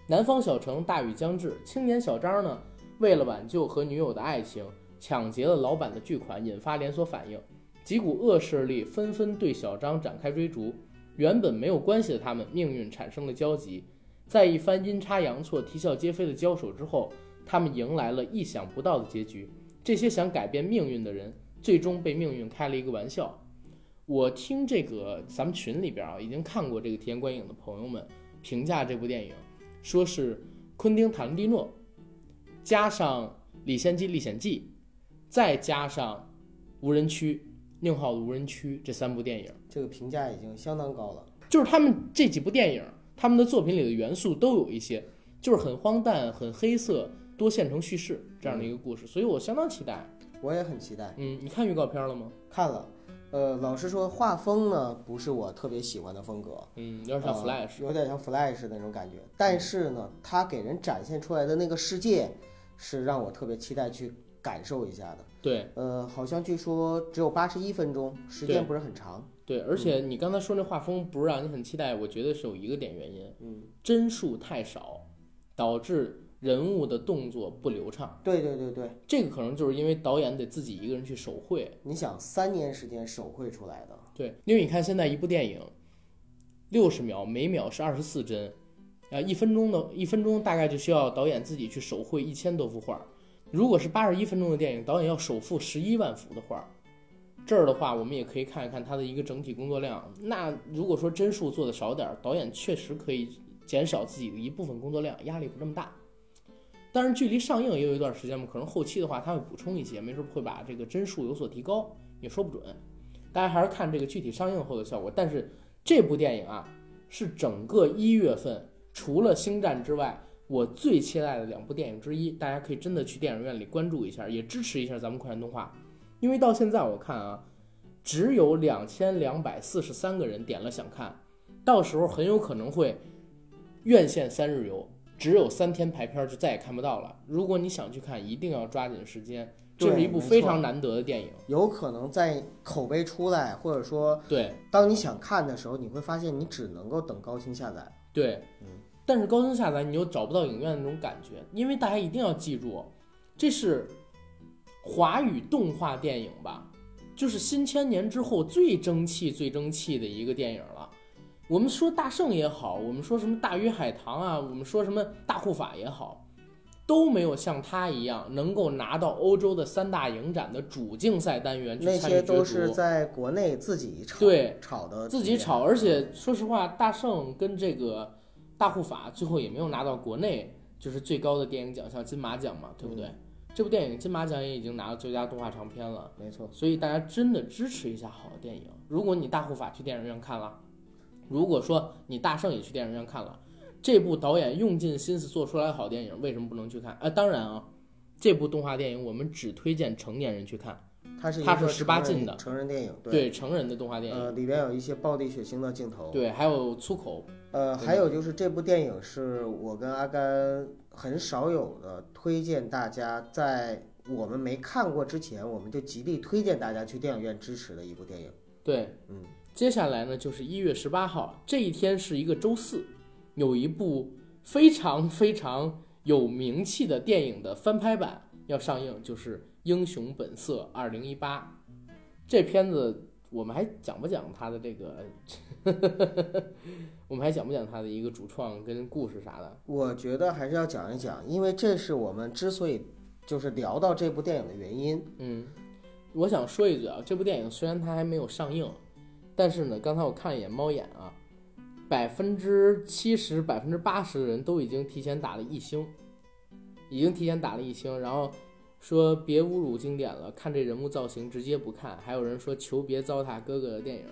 A: 南方小城大雨将至，青年小张呢，为了挽救和女友的爱情，抢劫了老板的巨款，引发连锁反应，几股恶势力纷纷对小张展开追逐。原本没有关系的他们，命运产生了交集。在一番阴差阳错、啼笑皆非的交手之后，他们迎来了意想不到的结局。这些想改变命运的人，最终被命运开了一个玩笑。我听这个咱们群里边啊，已经看过这个提前观影的朋友们评价这部电影，说是昆汀·塔伦蒂诺加上《李先基历险记》，再加上《无人区》宁浩的《无人区》这三部电影。
B: 这个评价已经相当高了。
A: 就是他们这几部电影，他们的作品里的元素都有一些，就是很荒诞、很黑色、多线程叙事这样的一个故事，所以我相当期待。
B: 我也很期待
A: 嗯，你看预告片了吗？
B: 看了。呃，老实说，画风呢不是我特别喜欢的风格，
A: 嗯，有点像
B: 呃
A: Flash。
B: 有点像 Flash 的那种感觉。但是呢，它给人展现出来的那个世界是让我特别期待去感受一下的。
A: 对
B: 呃，好像据说只有八十一分钟，时间
A: 对
B: 不是很长。
A: 对，而且你刚才说那画风不是让你很期待，我觉得是有一个点原因，嗯，帧数太少，导致人物的动作不流畅。
B: 对对对对，
A: 这个可能就是因为导演得自己一个人去手绘，
B: 你想三年时间手绘出来的，
A: 对，因为你看现在一部电影，六十秒，每秒是二十四帧，啊，一分钟的一分钟大概就需要导演自己去手绘一千多幅画儿。如果是八十一分钟的电影，导演要手绘十一万幅的画儿。这儿的话，我们也可以看一看他的一个整体工作量。那如果说帧数做的少点儿，导演确实可以减少自己的一部分工作量，压力不这么大。但是距离上映也有一段时间嘛，可能后期的话他会补充一些，没准会把这个帧数有所提高，也说不准。大家还是看这个具体上映后的效果。但是这部电影啊，是整个一月份除了《星战》之外，我最期待的两部电影之一。大家可以真的去电影院里关注一下，也支持一下咱们快闪动画，因为到现在我看啊，只有两千两百四十三个人点了想看，到时候很有可能会院线三日游。只有三天排片就再也看不到了。如果你想去看，一定要抓紧时间。这是
B: 对
A: 一部
B: 没错
A: 非常难得的电影。
B: 有可能在口碑出来，或者说
A: 对，
B: 当你想看的时候，你会发现你只能够等高清下载。
A: 对，
B: 嗯
A: 但是高清下载你又找不到影院那种感觉，因为大家一定要记住，这是华语动画电影吧，就是新千年之后最争气、最争气的一个电影了。我们说大圣也好，我们说什么大鱼海棠啊，我们说什么大护法也好，都没有像他一样能够拿到欧洲的三大影展的主竞赛单元去
B: 那
A: 参与
B: 些
A: 角逐。
B: 都是在国内自己炒
A: 对
B: 炒的，
A: 自己炒，而且说实话，大圣跟这个大护法最后也没有拿到国内就是最高的电影奖项金马奖嘛，对不对？这部电影金马奖也已经拿了最佳动画长片了，
B: 啊没错，
A: 所以大家真的支持一下好的电影。如果你大护法去电影院看了，如果说你大圣也去电影院看了，这部导演用尽心思做出来的好电影，为什么不能去看？呃，当然啊，这部动画电影我们只推荐成年人去看，
B: 它是一
A: 它
B: 个
A: 是18
B: 成人
A: 禁的
B: 成人电影，
A: 对成人的动画电影，
B: 呃，里边有一些暴力血腥的镜头，
A: 对，还有粗口
B: 呃，
A: 对
B: 还有就是这部电影是我跟阿甘很少有的推荐大家在我们没看过之前，我们就极力推荐大家去电影院支持的一部电影。
A: 对，
B: 嗯，
A: 接下来呢就是一月十八号，这一天是一个周四，有一部非常非常有名气的电影的翻拍版要上映，就是《英雄本色二零一八》。这片子我们还讲不讲它的这个？ 我们还讲不讲它的一个主创跟故事啥的？
B: 我觉得还是要讲一讲，因为这是我们之所以就是聊到这部电影的原因。
A: 嗯，我想说一句啊，这部电影虽然它还没有上映，但是呢，刚才我看了一眼猫眼啊，百分之七十、百分之八十的人都已经提前打了一星，已经提前打了一星，然后说别侮辱经典了，看这人物造型直接不看，还有人说求别糟蹋哥哥的电影，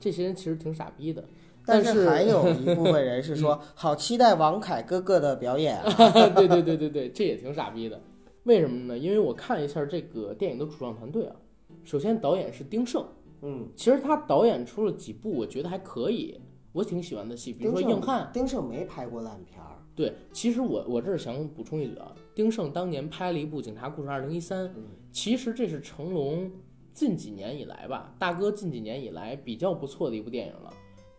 A: 这些人其实挺傻逼的， 但
B: 但嗯
A: 是
B: 还有 一部分人是说，好期待王凯哥哥的表演啊。
A: 对对对对对，这也挺傻逼的。为什么呢？因为我看了一下这个电影的主创团队啊，首先导演是丁晟。
B: 嗯，
A: 其实他导演出了几部，我觉得还可以，我挺喜欢的戏，比如
B: 丁
A: 说《硬汉》。
B: 晟丁晟没拍过烂片儿，
A: 对，其实我我这儿想补充一句啊，丁晟当年拍了一部《警察故事二零一三》，其实这是成龙近几年以来吧，大哥近几年以来比较不错的一部电影了。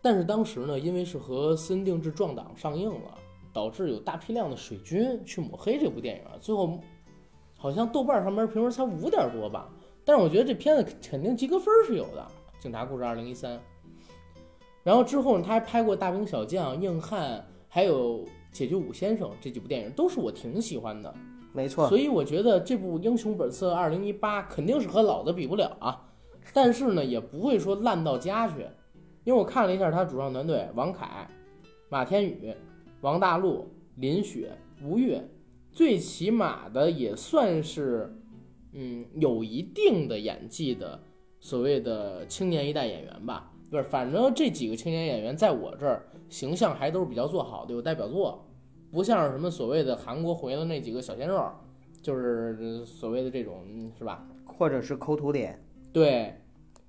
A: 但是当时呢，因为是和私人定制撞档上映了，导致有大批量的水军去抹黑这部电影啊，最后好像豆瓣上面评分才五点多吧。但是我觉得这片子肯定及格分儿是有的，《警察故事二零一三》。然后之后呢，他还拍过《大兵小将》《硬汉》，还有《解救武先生》这几部电影，都是我挺喜欢的。
B: 没错，
A: 所以我觉得这部《英雄本色2018》肯定是和老的比不了啊，但是呢，也不会说烂到家去，因为我看了一下他主创团队：王凯、马天宇、王大陆、林雪、吴越，最起码的也算是，嗯，有一定的演技的所谓的青年一代演员吧。不是，反正这几个青年演员在我这儿形象还都是比较做好的，有代表作。不像是什么所谓的韩国回了那几个小鲜肉，就是呃所谓的这种嗯是吧？
B: 或者是抠图脸，
A: 对，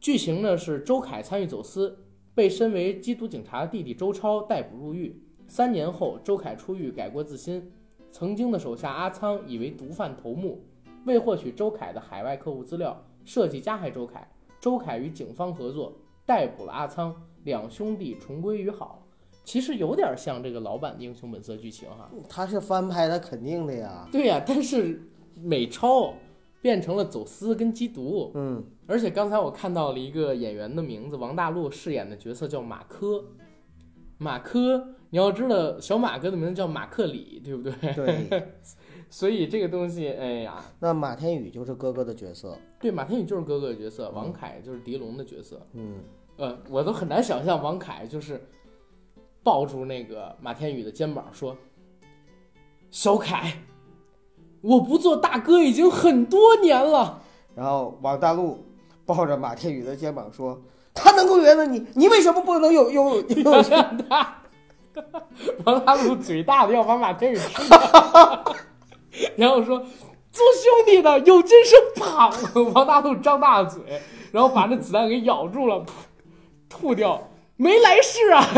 A: 剧情呢是周凯参与走私，被身为缉毒警察的弟弟周超逮捕入狱。三年后，周凯出狱，改过自新。曾经的手下阿仓以为毒贩头目，为获取周凯的海外客户资料，设计加害周凯。周凯与警方合作，逮捕了阿仓，两兄弟重归于好。其实有点像这个老版的《英雄本色》剧情啊哈。
B: 他是翻拍，他肯定的呀。
A: 对呀、但是美钞变成了走私跟缉毒，
B: 嗯，
A: 而且刚才我看到了一个演员的名字，王大陆饰演的角色叫马科。马科，你要知道，小马哥的名字叫马克里，对不对？
B: 对。
A: 所以这个东西，哎呀，
B: 那马天宇就是哥哥的角色，
A: 对，马天宇就是哥哥的角色，王凯就是狄龙的角色。
B: 嗯，
A: 呃，我都很难想象王凯就是抱住那个马天宇的肩膀说：“小凯，我不做大哥已经很多年了。”
B: 然后王大陆抱着马天宇的肩膀说：“他能够原谅你，你为什么不能有有有
A: 大，王大陆嘴大的要把马天宇吃掉，然后说做兄弟的有精神跑。王大陆张大嘴，然后把那子弹给咬住了，噗吐掉，没来世啊！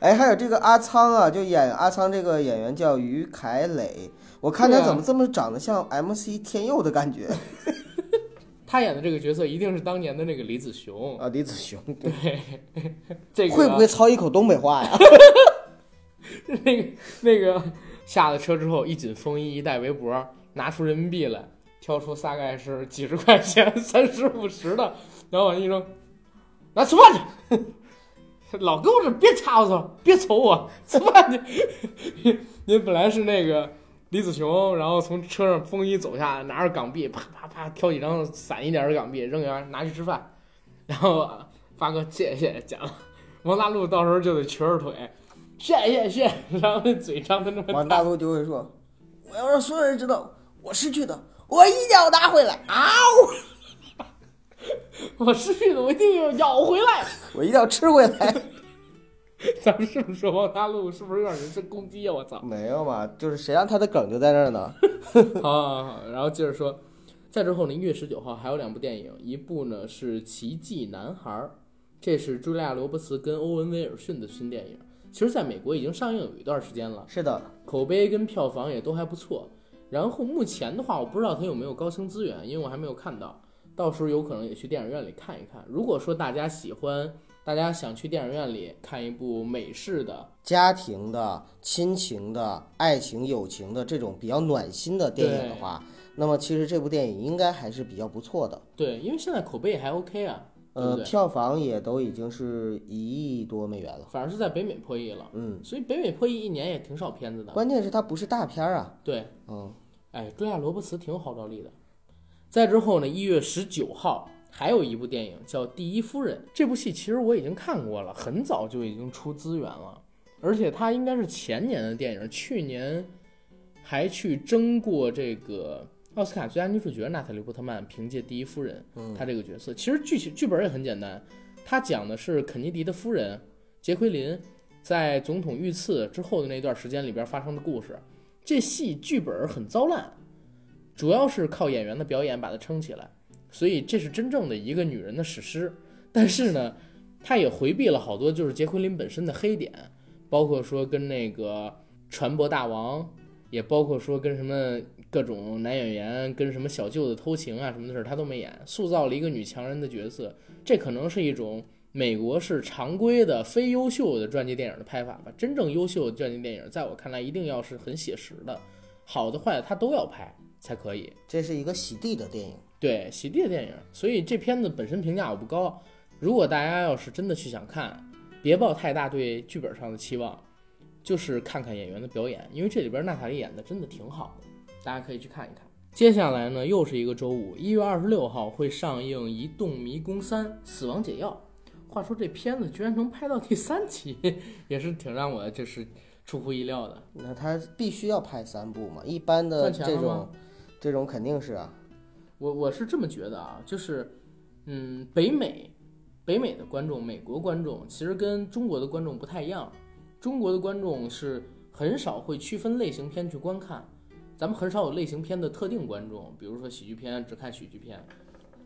B: 哎，还有这个阿仓啊，就演阿仓这个演员叫于凯磊，我看
A: 对
B: 他
A: 啊
B: 怎么这么长得像 MC 天佑的感觉
A: 他演的这个角色一定是当年的那个李子雄，
B: 啊？李子雄
A: 对，这个
B: 会不会操一口东北话 呀？
A: 那个那个下了车之后，一紧风衣，一戴围脖，拿出人民币来，挑出大概是几十块钱、 三十五十的，然后往一扔，来吃饭去。 老跟我这别插我操，别瞅我，吃饭去。 您本来是那个李子雄，然后从车上风衣走下，拿着港币，啪啪啪挑几张散一点的港币扔给他，拿去吃饭。 然后发哥谢谢讲了，王大陆到时候就得瘸着腿，谢谢谢， 然后那嘴张的那么
B: 王大陆就会说：“我要让所有人知道我失去的，我一定要拿回来啊！
A: 我失去的我一定要咬回来。
B: 我一定要吃回来。
A: 咱们是不是说王大陆是不是有点人身攻击啊呀、我” 操！
B: 没有嘛，就是谁让他的梗就在那儿呢？
A: 好好好，然后接着说，在之后呢，一月十九号还有两部电影，一部呢是《奇迹男孩》，这是茱莉亚·罗伯茨跟欧文·威尔逊的新电影。其实，在美国已经上映有一段时间了，
B: 是的，
A: 口碑跟票房也都还不错。然后目前的话，我不知道它有没有高清资源，因为我还没有看到，到时候有可能也去电影院里看一看。如果说大家喜欢，大家想去电影院里看一部美式的，
B: 家庭的、亲情的、爱情、友情的这种比较暖心的电影的话，那么其实这部电影应该还是比较不错的。
A: 对，因为现在口碑也还 OK 啊，对不
B: 呃，
A: 对？
B: 票房也都已经是一亿多美元了。
A: 反而是在北美破亿了，
B: 嗯，
A: 所以北美破亿一年也挺少片子的。
B: 关键是它不是大片儿啊。
A: 对，
B: 嗯，
A: 哎，茱莉亚·罗伯茨挺有号召力的。再之后呢，一月十九号还有一部电影叫《第一夫人》，这部戏其实我已经看过了，很早就已经出资源了，而且它应该是前年的电影，去年还去争过这个奥斯卡最佳女主角娜塔莉·波特曼，凭借《第一夫人》她这个角色。其实剧情剧本也很简单，它讲的是肯尼迪的夫人杰奎琳在总统遇刺之后的那段时间里边发生的故事。这戏剧本很糟烂，主要是靠演员的表演把它撑起来，所以这是真正的一个女人的史诗。但是呢，她也回避了好多就是杰奎琳本身的黑点，包括说跟那个船舶大王，也包括说跟什么各种男演员跟什么小舅子偷情啊什么的事儿，她都没演，塑造了一个女强人的角色。这可能是一种。美国是常规的非优秀的传记电影的拍法吧，真正优秀的传记电影，在我看来一定要是很写实的，好的坏的他都要拍才可以。
B: 这是一个洗地的电影。
A: 对，喜地的电影，所以这片子本身评价我不高。如果大家要是真的去想看，别抱太大对剧本上的期望，就是看看演员的表演，因为这里边娜塔莉演的真的挺好的，大家可以去看一看。接下来呢，又是一个周五，一月二十六号会上映《移动迷宫三：死亡解药》。话说这片子居然能拍到第三集， 也是挺让我就是出乎意料的。
B: 那他必须要拍三部嘛？一般的
A: 赚钱
B: 这
A: 了吗
B: 种，这种肯定是啊，
A: 我我是这么觉得啊，就是，嗯，北美，北美的观众，美国观众其实跟中国的观众不太一样，中国的观众是很少会区分类型片去观看，咱们很少有类型片的特定观众，比如说喜剧片只看喜剧片，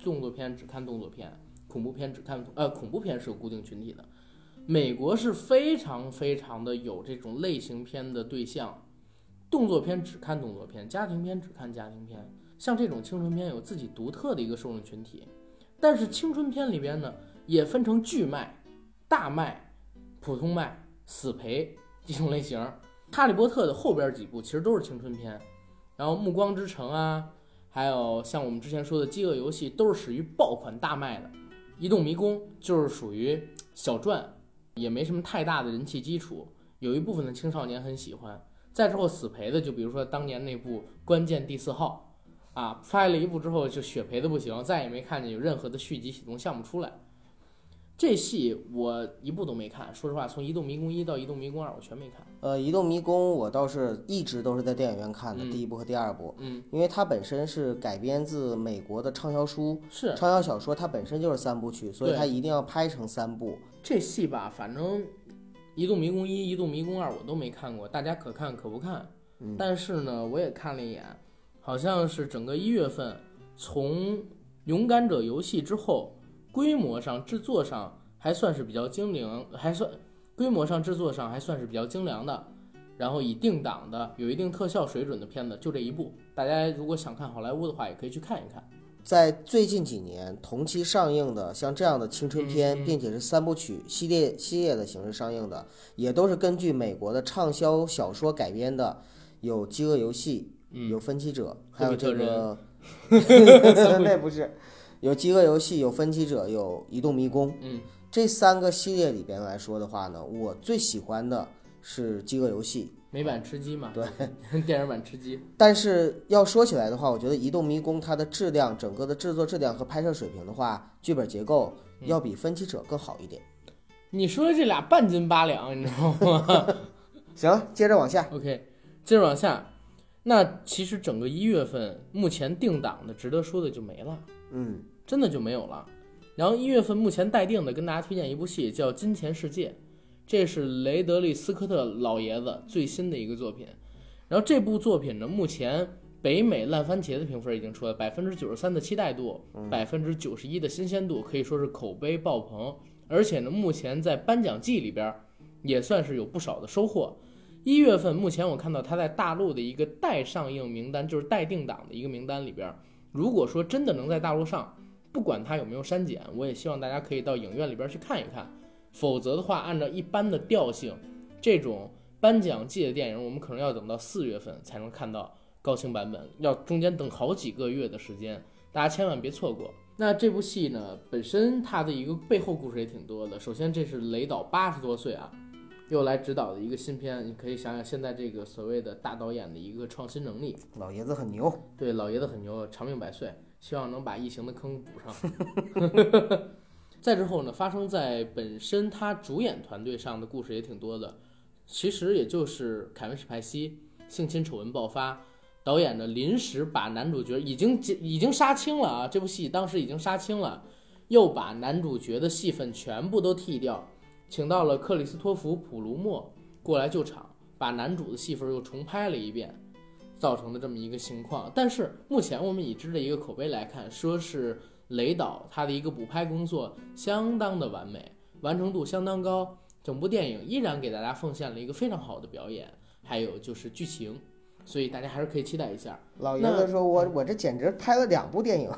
A: 动作片只看动作片，恐怖片只看呃恐怖片是有固定群体的，美国是非常非常的有这种类型片的对象，动作片只看动作片，家庭片只看家庭片。像这种青春片有自己独特的一个受众群体，但是青春片里边呢，也分成巨卖、大卖、普通卖、死赔几种类型。哈利波特的后边几部其实都是青春片，然后《暮光之城》啊，还有像我们之前说的《饥饿游戏》，都是属于爆款大卖的。《移动迷宫》就是属于小赚，也没什么太大的人气基础，有一部分的青少年很喜欢。再之后死赔的，就比如说当年那部《关键第四号》。啊，拍了一部之后就血赔的不行，再也没看见有任何的续集启动项目出来。这戏我一部都没看，说实话，从《移动迷宫一》到《移动迷宫二》，我全没看。
B: 呃，《移动迷宫》我倒是一直都是在电影院看的，
A: 嗯
B: 第一部和第二部，
A: 嗯，
B: 因为它本身是改编自美国的畅销书、
A: 是
B: 畅销小说，它本身就是三部曲，所以
A: 对
B: 它一定要拍成三部。
A: 这戏吧，反正《移动迷宫一》《移动迷宫二》我都没看过，大家可看可不看。
B: 嗯
A: 但是呢，我也看了一眼，好像是整个一月份，从《勇敢者》游戏之后，规模上、制作上还算是比较精良，还算规模上、制作上还算是比较精良的。然后以定档的、有一定特效水准的片子，就这一部。大家如果想看好莱坞的话，也可以去看一看。
B: 在最近几年同期上映的像这样的青春片，
A: 嗯
B: 并且是三部曲系列系列的形式上映的，也都是根据美国的畅销小说改编的，有《饥饿游戏》，
A: 嗯
B: 有《分歧者》，还有这个， 那不是，有《饥饿游戏》，有《分歧者》，有《移动迷宫》。
A: 嗯，
B: 这三个系列里边来说的话呢，我最喜欢的是《饥饿游戏》。
A: 美版吃鸡嘛，对， 电影版吃鸡。
B: 但是要说起来的话，我觉得《移动迷宫》它的质量，整个的制作质量和拍摄水平的话，剧本结构要比《分歧者》更好一点。
A: 你说这俩半斤八两，你知道吗
B: 行了，接着往下，
A: ？OK，接着往下，那其实整个一月份目前定档的值得说的就没了，
B: 嗯，
A: 真的就没有了。然后一月份目前待定的，跟大家推荐一部戏叫《金钱世界》，这是雷德利·斯科特老爷子最新的一个作品。然后这部作品呢，目前北美烂番茄的评分已经出来，百分之九十三的期待度，百分之九十一的新鲜度，可以说是口碑爆棚。而且呢，目前在颁奖季里边儿也算是有不少的收获。一月份，目前我看到它在大陆的一个待上映名单，就是待定档的一个名单里边儿，如果说真的能在大陆上，不管它有没有删减，我也希望大家可以到影院里边儿去看一看。否则的话，按照一般的调性，这种颁奖季的电影，我们可能要等到四月份才能看到高清版本，要中间等好几个月的时间，大家千万别错过。那这部戏呢，本身它的一个背后故事也挺多的。首先，这是雷导八十多岁啊，又来执导的一个新片，你可以想想现在这个所谓的大导演的一个创新能力。
B: 老爷子很牛。
A: 对，老爷子很牛，长命百岁，希望能把疫情的坑补上。 再之后呢，发生在本身他主演团队上的故事也挺多的，其实也就是凯文史派西性侵丑闻爆发，导演呢临时把男主角已经结已经杀青了啊，这部戏当时已经杀青了，又把男主角的戏份全部都剃掉，请到了克里斯托弗·普鲁默过来救场，把男主的戏份又重拍了一遍。造成的这么一个情况。但是目前我们已知的一个口碑来看，说是雷导他的一个补拍工作相当的完美，完成度相当高，整部电影依然给大家奉献了一个非常好的表演，还有就是剧情，所以大家还是可以期待一下。
B: 老爷子说：“我我这简直拍了两部电影。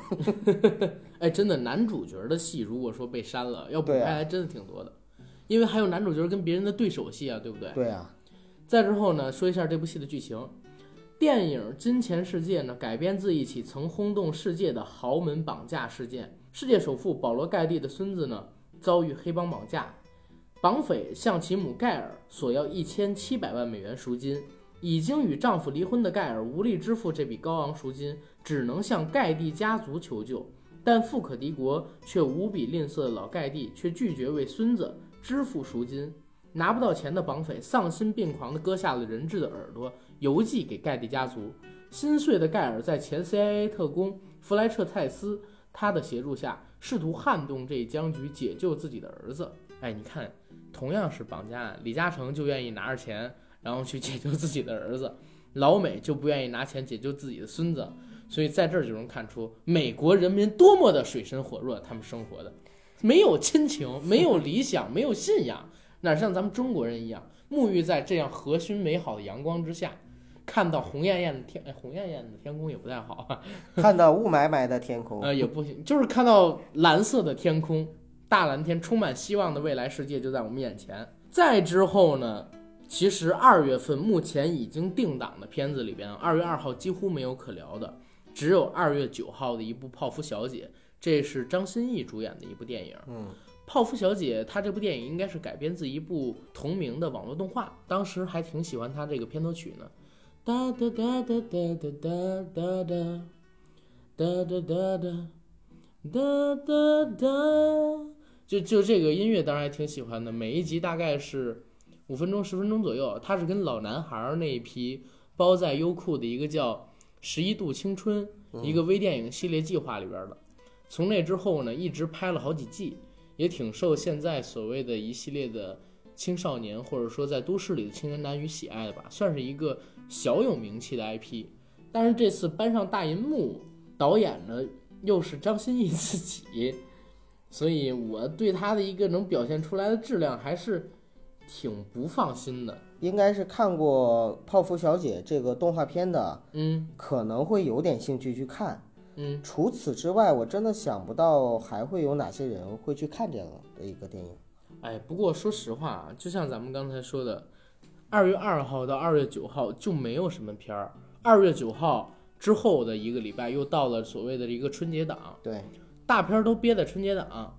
A: 哎，真的男主角的戏如果说被删了，要补
B: 对
A: 拍
B: 啊
A: 还真的挺多的，因为还有男主角跟别人的对手戏啊，对不对”？
B: 对啊，
A: 再之后呢，说一下这部戏的剧情。电影《金钱世界》呢，改编自一起曾轰动世界的豪门绑架事件。世界首富保罗·盖蒂的孙子呢，遭遇黑帮绑架，绑匪向其母盖尔索要一千七百万美元赎金。已经与丈夫离婚的盖尔无力支付这笔高昂赎金，只能向盖蒂家族求救。但富可敌国却无比吝啬的老盖蒂却拒绝为孙子支付赎金。拿不到钱的绑匪丧心病狂地割下了人质的耳朵，邮寄给盖蒂家族。心碎的盖尔在前 CIA 特工弗莱彻泰斯他的协助下，试图撼动这一僵局，解救自己的儿子。哎，你看，同样是绑架案，李嘉诚就愿意拿着钱，然后去解救自己的儿子；老美就不愿意拿钱解救自己的孙子。所以在这儿就能看出美国人民多么的水深火热，他们生活的没有亲情，没有理想，没有信仰，哪像咱们中国人一样沐浴在这样和煦美好的阳光之下，看到红艳艳的天，哎、红艳艳的天空也不太好啊，
B: 看到雾霾霾的天空，
A: 呃也不行，就是看到蓝色的天空，大蓝天，充满希望的未来世界就在我们眼前。再之后呢？其实二月份目前已经定档的片子里边，二月二号几乎没有可聊的。只有二月九号的一部《泡芙小姐》，这是张歆艺主演的一部电影。
B: 嗯，
A: 《泡芙小姐》她这部电影应该是改编自一部同名的网络动画，当时还挺喜欢她这个片头曲呢。哒哒哒哒哒哒哒哒哒哒哒哒哒哒哒哒，就就这个音乐当然还挺喜欢的。每一集大概是五分钟十分钟左右，它是跟老男孩儿那一批包在优酷的一个叫。十一度青春一个微电影系列计划里边的。从那之后呢，一直拍了好几季，也挺受现在所谓的一系列的青少年或者说在都市里的青年男女喜爱的吧，算是一个小有名气的 IP。但是这次搬上大银幕，导演呢又是张歆艺自己，所以我对他的一个能表现出来的质量还是挺不放心的。
B: 应该是看过《泡芙小姐》这个动画片的，
A: 嗯
B: 可能会有点兴趣去看。
A: 嗯，
B: 除此之外，我真的想不到还会有哪些人会去看这样的一个电影。
A: 哎，不过说实话啊，就像咱们刚才说的，二月二号到二月九号就没有什么片儿。二月九号之后的一个礼拜，又到了所谓的一个春节档，
B: 对，
A: 大片儿都憋在春节档。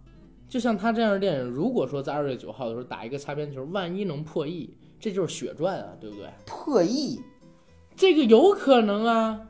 A: 就像他这样的电影，如果说在二月九号的时候打一个擦边球，万一能破亿，这就是血赚啊，对不对？
B: 破译
A: 这个有可能啊。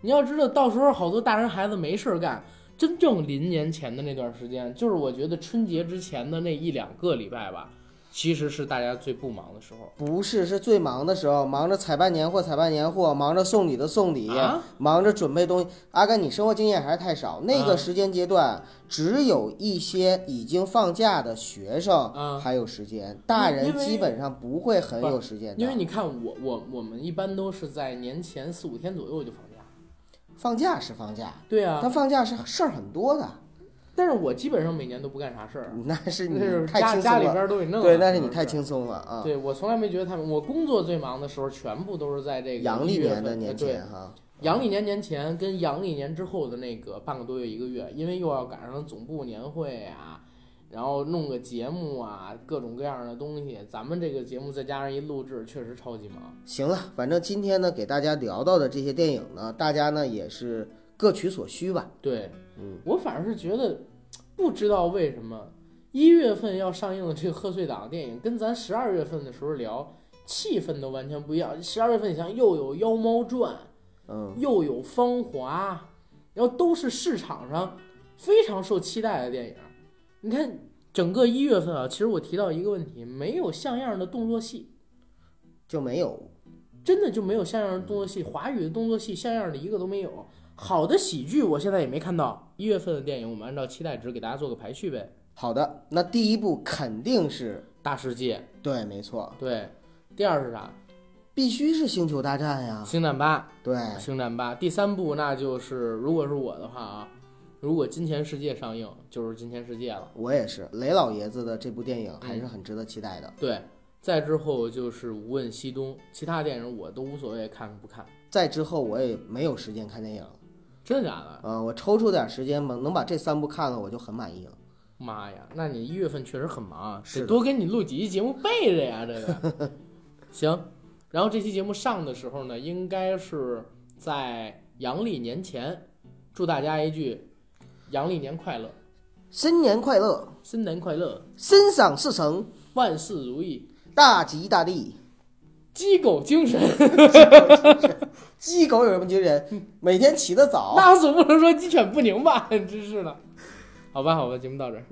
A: 你要知道，到时候好多大人孩子没事儿干，真正临年前的那段时间，就是我觉得春节之前的那一两个礼拜吧，其实是大家最不忙的时候。
B: 不是是最忙的时候，忙着采办年货，采办年货，忙着送礼的送礼，
A: 啊，
B: 忙着准备东西。阿甘，你生活经验还是太少。那
A: 啊
B: 个时间阶段，只有一些已经放假的学
A: 啊
B: 生还有时间，大
A: 因
B: 人
A: 为
B: 基本上不会很
A: 不
B: 有时间的。
A: 因为你看我我我们一般都是在年前四五天左右就放假。
B: 放假是放假，
A: 对啊，
B: 但放假是事儿很多的，
A: 但是我基本上每年都不干啥事儿，
B: 那是你
A: 那是
B: 太
A: 家
B: 轻
A: 家
B: 松
A: 里
B: 了。
A: 边都给弄了。啊
B: 对，那是
A: 主
B: 你
A: 要
B: 太轻松了啊！
A: 对我从来没觉得他们，我工作最忙的时候全部都是在这个
B: 阳历
A: 1月
B: 年的
A: 份
B: 年
A: 呃对
B: 前哈，
A: 阳历年年前跟阳历年之后的那个半个多月一个月，因为又要赶上总部年会啊，然后弄个节目啊，各种各样的东西。咱们这个节目再加上一录制，确实超级忙。
B: 行了，反正今天呢，给大家聊到的这些电影呢，大家呢也是各取所需吧。
A: 对，
B: 嗯，
A: 我反而是觉得，不知道为什么一月份要上映的这个贺岁档的电影，跟咱十二月份的时候聊气氛都完全不一样。十二月份你像又有《妖猫传》，
B: 嗯，
A: 又有《芳华》，然后都是市场上非常受期待的电影。你看整个一月份啊，其实我提到一个问题，没有像样的动作戏，
B: 就没有
A: 真的就没有像样的动作戏，华语的动作戏像样的一个都没有。好的喜剧我现在也没看到。一月份的电影，我们按照期待值给大家做个排序呗。
B: 好的，那第一步肯定是
A: 大世界，
B: 对，没错，
A: 对。第二是啥？
B: 必须是星球大战呀。
A: 星战八，
B: 啊对，
A: 星战八。第三部那就是，如果是我的话啊，如果金钱世界上映，就是金钱世界了。
B: 我也是，雷老爷子的这部电影还是很值得期待的。
A: 对，再之后就是《无问西东》，其他电影我都无所谓看不看，
B: 再之后我也没有时间看电影了，
A: 真的假的？
B: 呃，我抽出点时间吧，能把这三部看了，我就很满意了。
A: 妈呀，那你一月份确实很忙啊，得
B: 是的
A: 多给你录几期节目备着呀，这个。行，然后这期节目上的时候呢，应该是在阳历年前，祝大家一句阳历年快乐。
B: 新年快乐，
A: 新年快乐，
B: 心想事成，
A: 万事如意，
B: 大吉大利。
A: 鸡狗精神。
B: 鸡狗有什么精神？ 每天起得早。嗯
A: 那总不能说鸡犬不宁吧？真是的。好吧，好吧，节目到这儿。